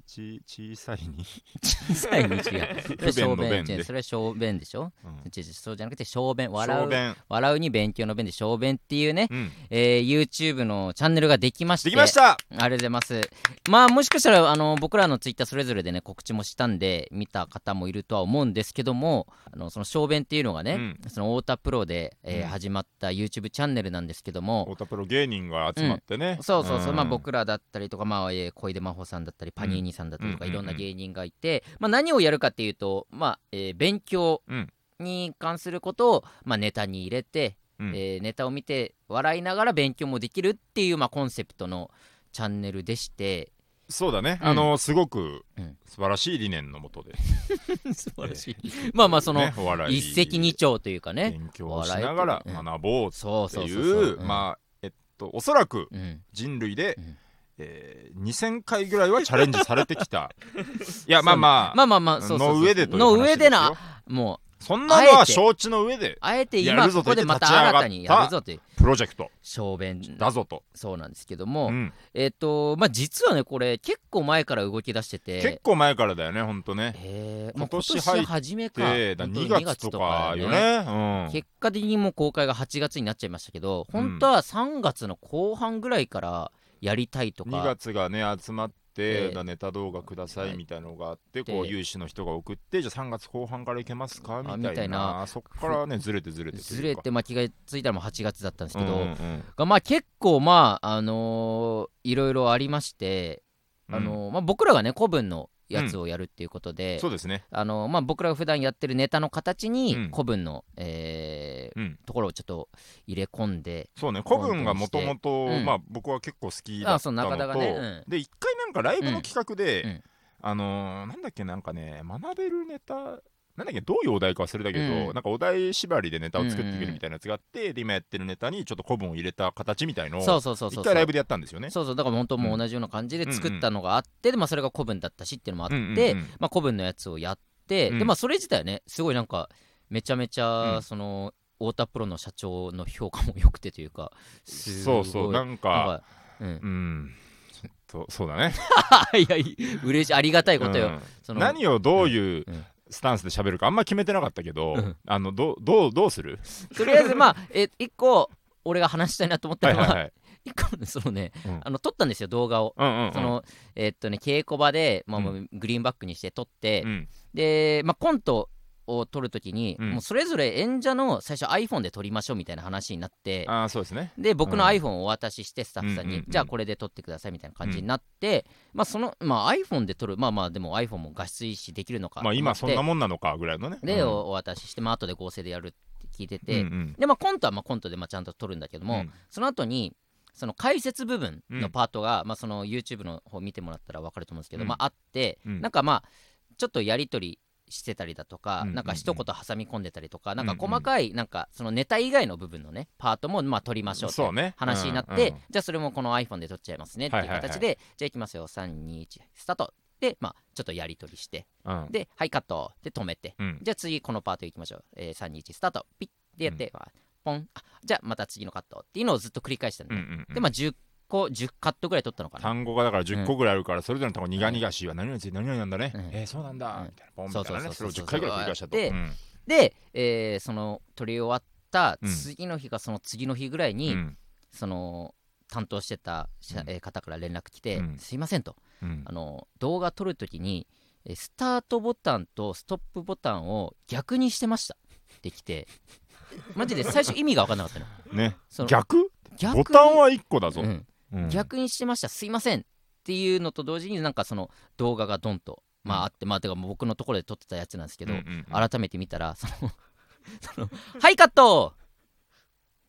B: ちち小さいに、
A: 小さい違うそれ小
B: 不便の
A: 便
B: 便で
A: それは小便でしょ
B: うん、
A: 違う違うそうじゃなくて小便笑
B: 小
A: う
B: 便
A: 笑うに勉強の弁で小便っていうね、
B: うん
A: えー YouTube のチャンネルができまして
B: できました
A: ありがとうございます。まあもしかしたらあの僕らのツイッターそれぞれでね告知もしたんで見た方もいるとは思うんですけどもあのその小便っていうのがね、
B: うん
A: その太田プロで、えー
B: うん
A: 始まった YouTube チャンネルなんですけども、
B: 太田プロ芸人が集まってね、
A: そうそうそう、
B: ん
A: まあ僕らだったりとか、まあえー小出真帆さんだったりパニーニさんだったりとか、
B: うん
A: いろんな芸人がいて、まあ、何をやるかっていうと、まあえー勉強
B: うん
A: に関することを、まあ、ネタに入れて、
B: うん
A: えーネタを見て笑いながら勉強もできるっていう、まあ、コンセプトのチャンネルで
B: <laughs>
A: して
B: そうだね、
A: うん
B: あのすごく
A: うん
B: 素晴らしい理念のもとで、
A: 素晴らしい、まあまあその、
B: ねお笑い
A: 一石二鳥というかね
B: 勉強をしながら
A: うん
B: 学ぼうっ
A: そう
B: て
A: そう
B: い
A: そうそうう、うん
B: まあえっとおそらく
A: うん
B: 人類で、
A: うん
B: えー2000回ぐらいはチャレンジされてき
A: <laughs>
B: たいやまあまあ、
A: まあまあまあそうそうそう
B: の上でという
A: の上で
B: 話
A: な
B: すよ
A: もう
B: そんなのは承知の上で
A: あえて
B: や
A: 今
B: るぞ
A: ことこでまた新たにやるぞという
B: プロジェクト
A: 小便
B: だぞと、
A: そうなんですけども、
B: うん
A: えっ、とまあ実はねこれ結構前から動き出してて
B: 結構前からだよねほんとね
A: えーまあ、今
B: 今年
A: 年
B: 入って
A: 初めか
B: でだ
A: 本当
B: 2
A: に
B: 月とかよねうん
A: 結果的にもう公開が8月になっちゃいましたけど
B: うん
A: 本当は3月の後半ぐらいからやりたいと
B: 2
A: か、
B: 月がね集まって、
A: ええ
B: だネタ動画くださいみたいのがあって、こう
A: で
B: 有志の人が送ってじゃあ3月後半からいけますかみたいな
A: みたいな
B: そっからねずれてずれてと
A: ず
B: い
A: れ
B: うか
A: て、まあ、気がついたらもう8月だったんですけど、
B: うんうん
A: がまあ結構まああのーいろいろありまして、
B: うん
A: あのーまあ、僕らがね古文のやつをやるっていうことで、
B: そうですね
A: あのーまあ、僕らが普段やってるネタの形
B: う
A: に
B: ん
A: 古文の、えー
B: うん
A: ところをちょっと入れ込んで
B: そうね古文がもともと、
A: うん
B: まあ僕は結構好きだ
A: あ
B: っ
A: そ
B: た
A: う
B: の
A: 中田が
B: と、
A: ねうん
B: で一回なんかライブの企画で、
A: うんうん
B: あのーなんだっけなんかね学べるネタなんだっけどういうお題か忘れたけど、
A: うん
B: なんかお題縛りでネタを作ってくるみたいなやつがあって、で今やってるネタにちょっと古文を入れた形みたいのを
A: そうそうそうそう
B: 一回ライブでやったんですよね。
A: そうそうだから本当もう同じような感じで作ったのがあって、でまあ、それが古文だったしっていうのもあって、
B: うんうんうん
A: まあ、古文のやつをやって、
B: うん
A: でまあそれ自体はねすごいなんかめちゃめちゃ、
B: うん
A: その太田プロの社長の評価も良くてというかす
B: そ
A: ごいう
B: そうなん
A: なん
B: か
A: かうん
B: うんちょっとそうだね、
A: いやいい嬉しいありがたいことよ、
B: うん
A: その
B: 何をどういう
A: うんうん
B: スタンスで喋るかあんま決めてなかったけど、
A: うん
B: あのどうどうどうす
A: <laughs>
B: る
A: とりあえずまあえ一個俺が話したいなと思った
B: はい
A: の
B: は
A: は,、
B: いはい
A: 一個ねそのね、
B: うん
A: あの撮ったんですよ動画を。
B: うんうんうん
A: そのえっとね稽古場で、まあ、
B: うん
A: もうグリーンバックにして撮って、
B: うん
A: で、まあ、コントを撮るときに、
B: うん
A: もうそれぞれ演者の最初 iPhone で撮りましょうみたいな話になって
B: あーそうですね
A: で僕の
B: うん
A: iPhone をお渡ししてスタッフさんに、
B: うんうんうん
A: じゃあこれで撮ってくださいみたいな感じになって、まあその、まあ、iPhone で撮るまあまあでも iPhone も画質いいしできるのか
B: まあ今そん
A: と
B: な
A: 思
B: もんなのかぐらいのね
A: ってで、
B: うん
A: おお渡しして、まあ後で合成でやるって聞いてて、
B: うんうん
A: でまあコントはまあコントでまあちゃんと撮るんだけども、
B: うん
A: その後にその解説部分のパートが、まあ、その YouTube の方見てもらったら分かると思うんですけど、
B: うん
A: まあ、あって、
B: うん
A: なんかまあちょっとやり取りしてたりだとか、
B: うんうんうん
A: なんか一言挟み込んでたりとか、なん
B: うん
A: か
B: うん
A: 細かいなんかそのネタ以外の部分のねパートもまあ取りましょう
B: そう
A: と
B: ね
A: 話になって、
B: うんうん
A: じゃあそれもこの iPhone で撮っちゃいますねっていう形で、
B: はいはい
A: じゃあいきますよ321スタートでまあちょっとやり取りして
B: うん
A: ではいカットで止めて
B: うん
A: じゃあ次このパートいきましょう。えー、3、2、1、スタート。ピッてやって、あポン。あじゃあまた次のカットっていうのをずっと繰り返してる
B: う
A: の、
B: ん
A: ね
B: うんうん
A: で、まあ10個、10カットぐらい取ったのかな。
B: 単語がだから10個ぐらいあるからそれぞれの単語苦々しいは何々ついて何々なんだね
A: うん
B: えーそうなん
A: う
B: だ
A: ん
B: みたいなポンみたいなねそ
A: そ
B: れ
A: う
B: を
A: そうそうそう
B: 10回ぐらい繰り返したと
A: で
B: うん
A: で、えーその取り終わった
B: うん
A: 次の日かその次の日ぐらいに、
B: うん
A: その担当してた社、
B: うん
A: えー方から連絡来て、
B: うん
A: すいませんと。
B: うん
A: あの動画撮るときに、えースタートボタンとストップボタンを逆にしてました。できて。マジで最初意味が分かんなかったの。
B: ね
A: その
B: 逆
A: 逆に
B: ボタンは1個だぞ
A: うん
B: うん
A: 逆にしてましたすいませんっていうのと同時になんかその動画がドンと、ま
B: う
A: あ
B: ん
A: あってまあてかもう僕のところで撮ってたやつなんですけど、
B: うんうんうん
A: 改めて見たらその <laughs> その「はいカット!」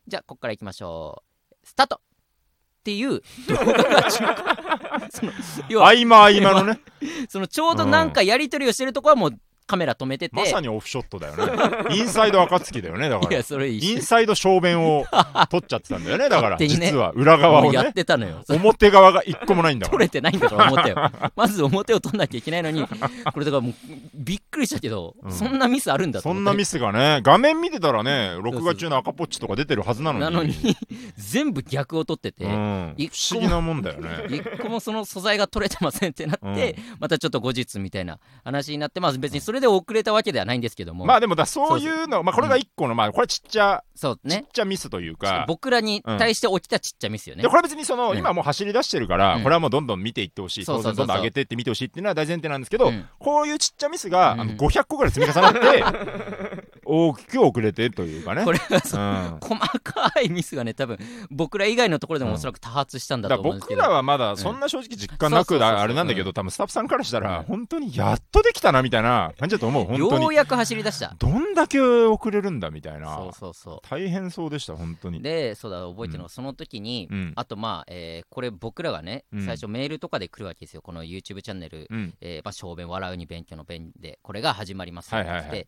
A: じゃあここからいきましょうスタートっていう動画が10
B: <laughs>
A: その要は
B: 合間合間のね
A: <laughs> そのちょうどなんかやり取りをしてるとこはもうカメラ止めてて、
B: まさにオフショットだよ
A: <laughs>
B: ねインサイド暁だよねだか
A: い
B: ら
A: やそれいい
B: イ
A: し
B: ンサイド小便を取っちゃってたんだ
A: <laughs>
B: よねだから
A: 勝手にね
B: 実は裏側
A: も
B: を
A: うやっ
B: ね
A: てたの
B: <laughs>
A: よ
B: 表側が一個もないんだか
A: 取
B: ら
A: れてないんだから
B: <laughs>
A: 表をまず表を取んなきゃいけないのにこれだからもうびっくりしたけど、
B: うん
A: そんなミスあるんだと
B: そ
A: 思
B: ん
A: って
B: なミスがね画面見てたらね録画中の赤ポッチとか出てるはずなのに
A: なのに全部逆を取ってて、
B: うん、
A: 一個
B: 不
A: も
B: 思議なもんだよね
A: 一個もその素材が取れてませんってなって、またちょっと後日みたいな話になってまあ別にそれで遅れたわけではないんですけども、
B: まあでもだそういうのまあこれが一個のまあこれちっちゃ
A: そう
B: ちっ
A: ね
B: ちゃミスというか
A: 僕らに対して起きたちっちゃミスよね
B: で、これは別にその、
A: うん
B: 今もう走り出してるから、
A: うん
B: これはもうどんどん見ていってほしい
A: そう
B: 当
A: そうそうそ
B: 然ど
A: うん
B: どん上げていって見てほしいっていうのは大前提なんですけど、
A: うん
B: こういうちっちゃミスが、
A: うん
B: あの500個ぐらい積み重なって
A: <laughs>
B: 大きく遅れてというかね
A: これは
B: う
A: そ
B: ん、
A: 細かいミスがね多分僕ら以外のところでもおそらく多発したんだ
B: だ
A: と
B: から
A: 思うんです
B: 僕
A: けど、
B: らはまだそんな正直実感な
A: う
B: く
A: んそうそうそうそう
B: だあれなんだけど多分スタッフさんからした
A: う
B: ら
A: ん
B: 本当にやっとできたなみたいな感じだと思う本当
A: よう
B: に
A: やく走り出した
B: どんだけ遅れるんだみたい
A: そ
B: な
A: うそうそ
B: 大変そうでした本当
A: う
B: に
A: でそうだ覚えてるのは、その時に、
B: うん
A: あとまあ、えーこれ僕らがね、
B: うん
A: 最初メールとかで来るわけですよこの YouTube チャンネル、
B: うん
A: えーまあ、小弁笑うに勉強の弁でこれが始まりますよって、
B: はいはいはい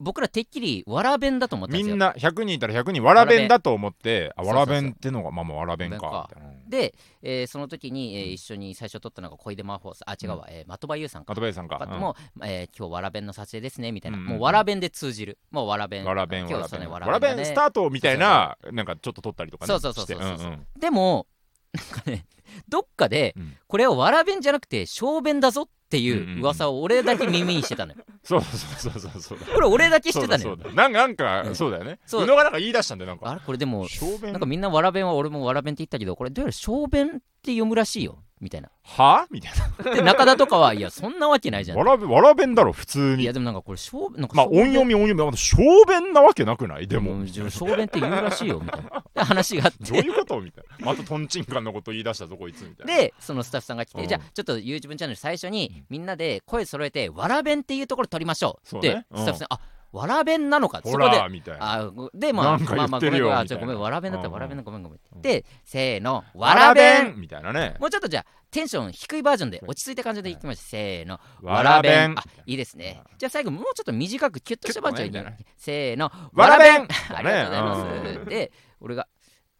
A: 僕らてっきりわら弁だと思ったんで
B: み
A: すよ
B: んな100人いたら100人わらべんだと思ってあ
A: わ
B: わ
A: ら
B: ら
A: べん
B: べんってのがまあまあわらべん
A: わら
B: かみたいな
A: で、えーその時に、えー
B: うん
A: 一緒に最初撮ったのが小出真帆さんあ違うわ、えー的場優さんか
B: アドバイスさんか
A: とかとも、えー今日わら弁の撮影ですねみたいな、
B: うんうん
A: もうわら弁で通じるもうわら
B: う
A: 弁
B: んわらべん
A: 今日
B: わら
A: そ
B: べ
A: うね
B: ん
A: わ
B: わ
A: ら
B: らべ
A: ね
B: んスタートみたいななんかちょっと撮ったりとかね
A: そうそうそうそう
B: してんん
A: でもなんかねどっかで
B: うん
A: これをわら弁じゃなくて小弁だぞって
B: んうん
A: いううん噂を俺だけ耳にしてたのよ、 <laughs>
B: そうそうそうそうそう
A: これ俺だけしてたの
B: そう
A: よ
B: だそうだなんかなん
A: う
B: か
A: ん
B: そうだよね
A: そう
B: 宇野がなんか言い出したんだよなん
A: あ
B: か
A: れこれでも
B: 小便
A: なんかみんなわら弁は俺もわら弁って言ったけどこれどうやら小弁って読むらしいよみたいな
B: はみたい
A: で中田とかはいやそんなわけないじゃ
B: なんわらべわらべんだろ普通
A: い
B: に
A: やでもなんかこれ小なんか
B: まあ音読
A: み
B: み音読みまあ小便なわけなくないでも
A: 小弁って言うらしいよみたいなで話があっ
B: どう
A: て
B: いうことみたい
A: <laughs>
B: なまたトンチンカンのこと言い出したぞこいつみたいな
A: でそのスタッフさんが来て、
B: うん
A: じゃあちょっと YouTube チャンネル最初にみんなで声揃えてわら弁っていうところ取りましょう
B: そ
A: っ
B: う
A: て、
B: ねうん
A: スタッフさんあわら弁なのかそ
B: ほ
A: こで
B: らみたいな
A: あでまあ
B: なんか
A: まあまあご
B: 言っ
A: め
B: て
A: ん
B: る
A: ご
B: よ
A: めんあじゃあご
B: みたい
A: め
B: な
A: んわら弁だったわら弁だごめんごめん、でせーのわ
B: わ
A: ら
B: らべ
A: 弁
B: んみたいなね
A: もうちょっとじゃあテンション低いバージョンで落ち着いた感じでいきましょうせーの
B: わらべん
A: あいいですねじゃあ最後もうちょっと短くキュッとしたバージョンいきましょうせーの
B: わらべん
A: ありがとうございます。で、俺が、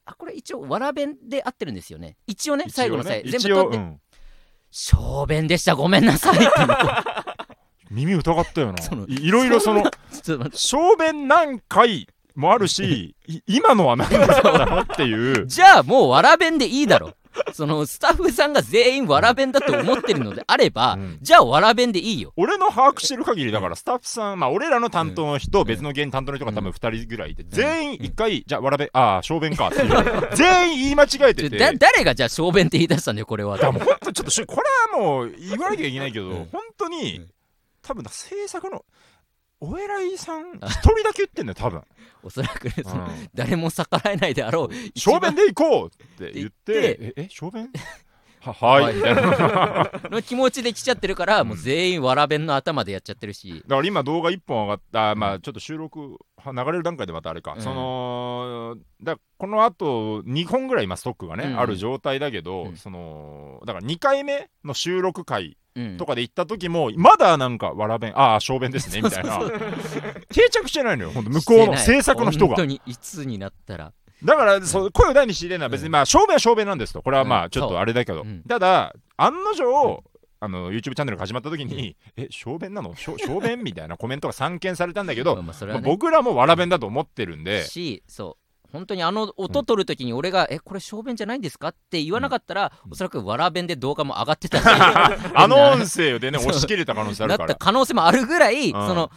A: あ、これ一応、わら弁で合ってるんですよね。一応ね、最後の最、全部
B: 一
A: 取
B: 応
A: って、
B: うん
A: 小便でした、ごめんなさいって言うの
B: 耳疑ったよな
A: <laughs> その
B: いいろいろその
A: ちょっと待って
B: 小便何回もあ
A: <laughs>
B: るしい今のは何だったのっていう
A: じゃあ、もうわら弁でいいだろ。
B: <laughs>
A: そのスタッフさんが全員わら弁だと思ってるのであれば、
B: うん
A: じゃあわら弁でいいよ。
B: 俺の把握してる限りだからスタッフさんまあ俺らの担当の人、
A: ん
B: 別の芸人担当の人が多
A: う
B: 分2人ぐらいいて、全員1回、じゃあわらべああ小便かっていう
A: <laughs>
B: 全員言い間違えてて
A: だ誰がじゃあ小便って言い出したんだよ、これは。
B: だからもう本当にちょっとしこれはもう言わなきゃいけないけど、
A: うん
B: 本当に、
A: うん
B: 多分な制作のお偉いさん一人だけ言ってんだよ多分、
A: おそらくね、
B: う
A: その
B: ん
A: 誰も逆らえないであろう。一
B: 小
A: 番
B: 便で行こうって言って
A: って
B: ええ小便 <laughs> ははいみたいなだか
A: の気持ちで来ちゃってるから、もう全員わら弁の頭でやっちゃってるし。
B: ら今動画1本上がったあまあちょっと収録は流れる段階でまたあれか、
A: うん
B: そのだこのあと2本ぐらい今ストックがね、
A: うん
B: ある状態だけど、
A: うん
B: そのだから2回目の収録回
A: うん
B: とかで行った時も、まだなんかわらべんああ小便ですねみたいな <laughs> 定着してないのよほんと向こうの
A: してない
B: 制作の人
A: 本
B: が
A: 当にいつになったら
B: だからそう声を大にして入れるのは別
A: う
B: に
A: ん
B: まあ証明は証明なんですとこれはま
A: うん
B: あちょっ
A: そう
B: とあれだけど、
A: うん
B: ただ案の定あの YouTube チャンネルが始まった時に「え小便なの小小便?」みたいなコメントが散見されたんだけ
A: まあ
B: ど、
A: まあそれ
B: ま
A: は
B: あ、
A: ね、
B: 僕らもわら弁だと思ってるんで
A: しそう本当にあの音取るときに俺が「えこれ小便じゃないんですか?」って言わなかったら、
B: うん
A: おそらくわら弁で動画も上が
B: <laughs>
A: ってたし
B: あの音声でね
A: そう
B: 押し切れた可能性あ
A: なっ
B: るか
A: た
B: ら。
A: 可能性もあるぐらい、
B: ん
A: その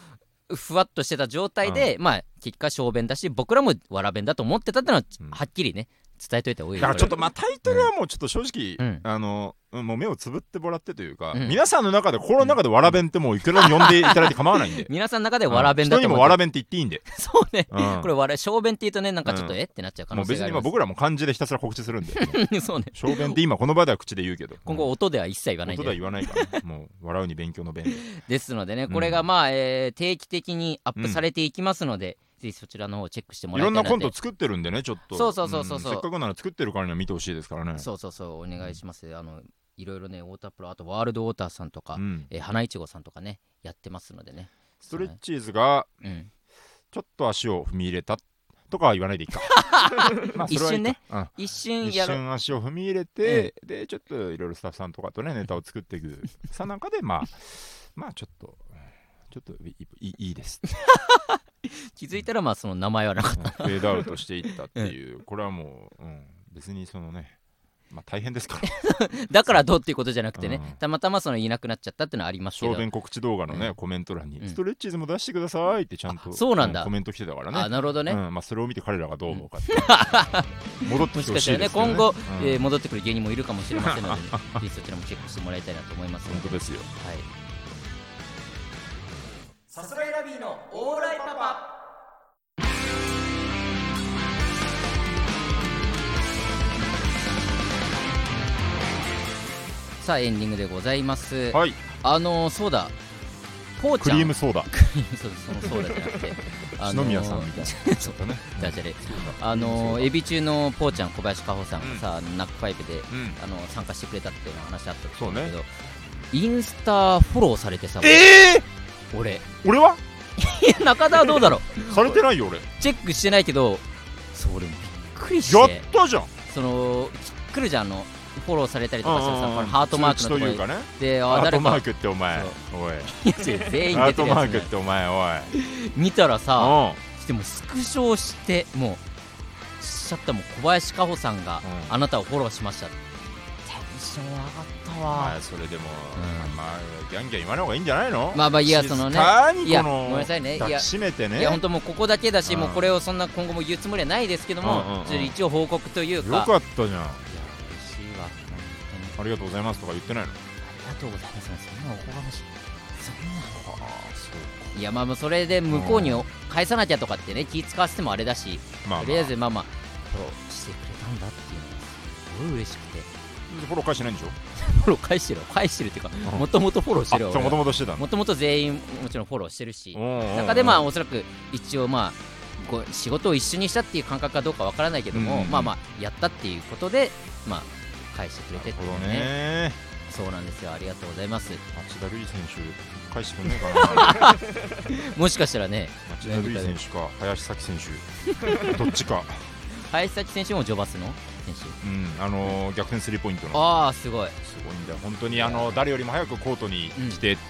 A: ふわっとしてた状態で、まあ結果小便だし僕らもわら弁だと思ってたってのは、
B: うん
A: はっきりね伝えといた方がいい
B: だ
A: よ
B: からちょっとまあタイトルはもうちょっと正直、
A: うん
B: あのうんもう目をつぶってもらってというか、
A: うん
B: 皆さんの中で心の中でわら弁ってもういくらで呼んでいただいて構わないんで
A: 皆さんの <laughs> 中でわら弁だ
B: 人
A: と
B: に
A: 思
B: も
A: っ
B: わ
A: て、
B: ら弁って言っていいんで、
A: <laughs> そうね、
B: うん
A: これわら小便って言うとねなんかちょっと、
B: うん
A: えってなっちゃう可
B: も
A: 能
B: う
A: 性
B: 別
A: があり
B: に今
A: ます
B: 僕らも漢字でひたすら告知するんで
A: <laughs> そうね
B: 小便って今この場では口で言うけど
A: 今後音では一切言わないん
B: 音
A: で
B: では言わないからもう笑うに勉強
A: <laughs>
B: の勉
A: ですのでね、
B: ん
A: これがまあ、えー定期的にアップされていきますので、ぜひそちらの方をチェックしても
B: い
A: らい
B: ろ
A: たい
B: ん
A: な
B: な
A: と
B: コント作ってるんでねちょっと
A: そうそうそうそうそうん
B: せっかくなら作ってるからには見てほしいですからね
A: そうそうそうお願いします、あのいろいろね太田プロあとワールドウォーターさんとか、
B: うん、
A: えー花いちごさんとかねやってますのでね
B: ストレッチーズが
A: うん
B: ちょっと足を踏み入れたとかは言わない
A: <laughs>
B: でいいかまあそれはい
A: 一
B: いか
A: 瞬ね
B: うん
A: 一瞬
B: 一
A: やろ
B: 瞬足を踏み入れて、でちょっといろいろスタッフさんとかとねネタを作っていくさなんかでまあまあちょっとちょっといいいいいですって
A: 気づいたらまあその名前はなかっ
B: うんフェードアウトしていったっていうこれはもう、うん、別にそのねまあ大変ですか
A: た
B: ら
A: だからどうっていうことじゃなくてね、
B: うん
A: たまたまそのいなくなっちゃったっていうのはありますけ
B: 小
A: ど
B: 便告知動画のね、
A: う
B: コメント欄に、
A: うん
B: ストレッチーズも出してくださいってちゃんと
A: あそうなんだ
B: コメント来てたからね
A: あなるほどね、
B: うんまあ、それを見て彼らがどう思うかっていう戻って
A: もし
B: き
A: てか
B: ほ
A: し
B: したい
A: らね
B: ですけど
A: 今後、
B: うん
A: えー戻ってくる芸人もいるかもしれませんので、ね、ぜひそちらもチェックしてもらいたいなと思いますの
B: 本
A: で
B: 当ですよ
A: はい
C: さすらいラビーのオーライパパ
A: さあエンディングでございます、
B: はい
A: あのー、そうだポー
B: ク
A: ちゃん
B: リームソーダ
A: <laughs> そうそのそうだじゃな
B: <laughs>
A: くて
B: 篠宮さんみたい
A: なそう
B: だね
A: ダジャレあのーエビ中のぽーちゃん小林果歩さんがさ、ナックファイブで
B: うん
A: あの参加してくれたっていうの話あったと
B: そ
A: 思
B: う
A: う
B: ね
A: けど、インスタフォローされてさ
B: え
A: 俺い
B: ー、俺は
A: や <laughs> 中田はどうだろう
B: されてないよ俺
A: チェックしてないけどそう俺もびっくり
B: や
A: し
B: ってたじゃん
A: そのき来るじゃんあのフォローされたりとかしたらさ
B: うんうん
A: こ
B: うん
A: れハートマーク
B: 通
A: の
B: 知と
A: とこ
B: い
A: ろ
B: うかね
A: で
B: ハ
A: あ
B: ー
A: 誰
B: トマ
A: か
B: ークってお前
A: そう
B: おい
A: いや違う全員
B: ハ
A: 出
B: ー
A: て
B: ト
A: る
B: マ
A: や
B: ークっ
A: つ、ね、
B: てお前おい
A: 見たらさ
B: うん
A: してもうスクショしてもうしちゃったもう小林果歩さんが
B: うん
A: あなたをフォローしました、テンション上がったわ
B: まあそれでも
A: うん
B: まあギャンギャン言わない方がいいんじゃないの
A: まあまあいや
B: 静
A: そのね
B: かに
A: いや
B: この
A: ごめんなさいねいや
B: 抱きしめてね
A: いや本当もうここだけだし、
B: うん
A: もうこれをそんな今後も言うつもりはないですけども、
B: うんうんうん
A: ちょっと一応報告という
B: よ
A: かいや
B: かったじ
A: 嬉しい
B: ゃん
A: わ本当に
B: ありがとうございますとか言ってないの
A: ありがとうございますそんなおこがましいそん
B: ああそう
A: ないやまあまあそれで向こうに
B: う
A: 返さなきゃとかってね気使わせてもあれだし
B: まあまあ
A: とりあえずまあまあフォローしてくれたんだっていうのがすごい嬉しくて
B: フォロー返してないんでしょ
A: フォロー返してるよ返してるっていうか
B: うん
A: もともとフォローして
B: あ
A: るよ
B: そうもともとしてたの
A: もともと全員もちろんフォローしてるし中
B: 中
A: でまあおそらく一応まあご仕事を一緒にしたっていう感覚かどうかわからないけども、
B: うんうん
A: まあまあやったっていうことでまあ返してくれてって
B: ほ
A: い
B: ど
A: うね
B: ね
A: そうなんですよありがとうございます
B: 町田瑠唯選手返してくんねえ
A: <laughs>
B: かな
A: もしかしたらね
B: 町田瑠唯選手か林咲希選
A: <laughs>
B: 手どっちか
A: 林崎選手もジョバスの選手
B: うんあのー逆転スリーポイントの
A: ああすごい
B: すごいんだよ本当にあの誰よりも早くコートに来て、えー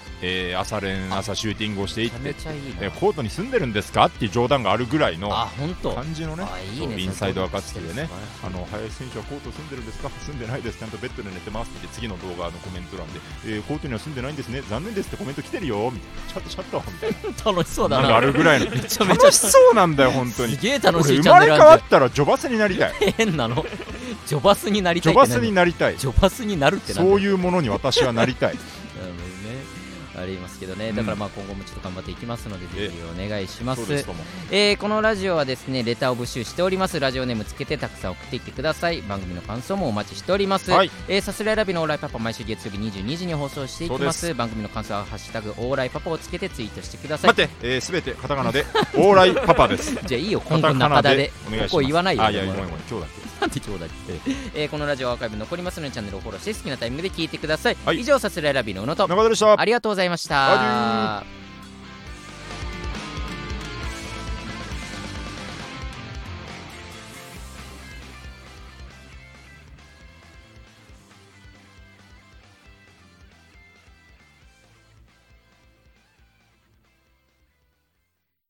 B: 朝練朝シューティングをしてい
A: め
B: っ
A: ちゃめち
B: て
A: ゃいいな
B: えーコートに住んでるんですかっていう冗談があるぐらいの
A: あ本当あ
B: 感じのね
A: いいね
B: そうインサイド暁で
A: 素
B: ね
A: 晴らしい
B: あの林選手はコート住んでるんですか <laughs> 住んでないですちゃんとベッドで寝てますって言って次の動画のコメント欄で、えーコートには住んでないんですね残念ですってコメント来てるよみたいなシャットシャットみたい
A: 楽しそう
B: な
A: だ
B: なんか
A: な
B: あるぐらいの
A: めちゃめちゃ
B: 楽しそうなんだよ <laughs> 本当に
A: すげえ楽し
B: 俺
A: い
B: 生
A: チャン
B: ま
A: ネ
B: れ
A: ル
B: 変
A: あ
B: わ
A: る
B: ったらジョバスに
A: <laughs>
B: なりたい
A: じゃん変なのジョバスになり
B: ジ
A: たい
B: ョ
A: って
B: バ
A: 何
B: スになりたい
A: ジョバスになるってなんだよ
B: そういうものに私はな
A: <laughs>
B: りたい
A: なるほどね。ありますけどね、だからまあ今後もちょっと頑張っていきますので、
B: え
A: ぜひお願いしま
B: そう
A: す。
B: ですとも
A: えーこのラジオはですね、レターを募集しております。ラジオネームつけてたくさん送っていってください。番組の感想もお待ちしております。
B: はい
A: えーさすらいラビのオーライパパ、毎週月曜日22時に放送していきま
B: そう
A: す。番組の感想はハッシュタグオーライパパをつけてツイートしてください。
B: 待って、えー、全てカタカナで往来パパです
A: じゃあいいよ、今後中田で。
B: お願いします
A: ここ言わないよ。
B: あいや
A: お
B: ごめ
A: 前
B: んごめん今日だけ
A: なんで今日だっけ、えーこのラジオはアーカイブ残りますので、チャンネルをフォローして好きなタイミングで聞いてください。
B: はい
A: 以上、さすらいラビの宇野と、
B: 中田でした
A: ありがとうございました。
B: アデュー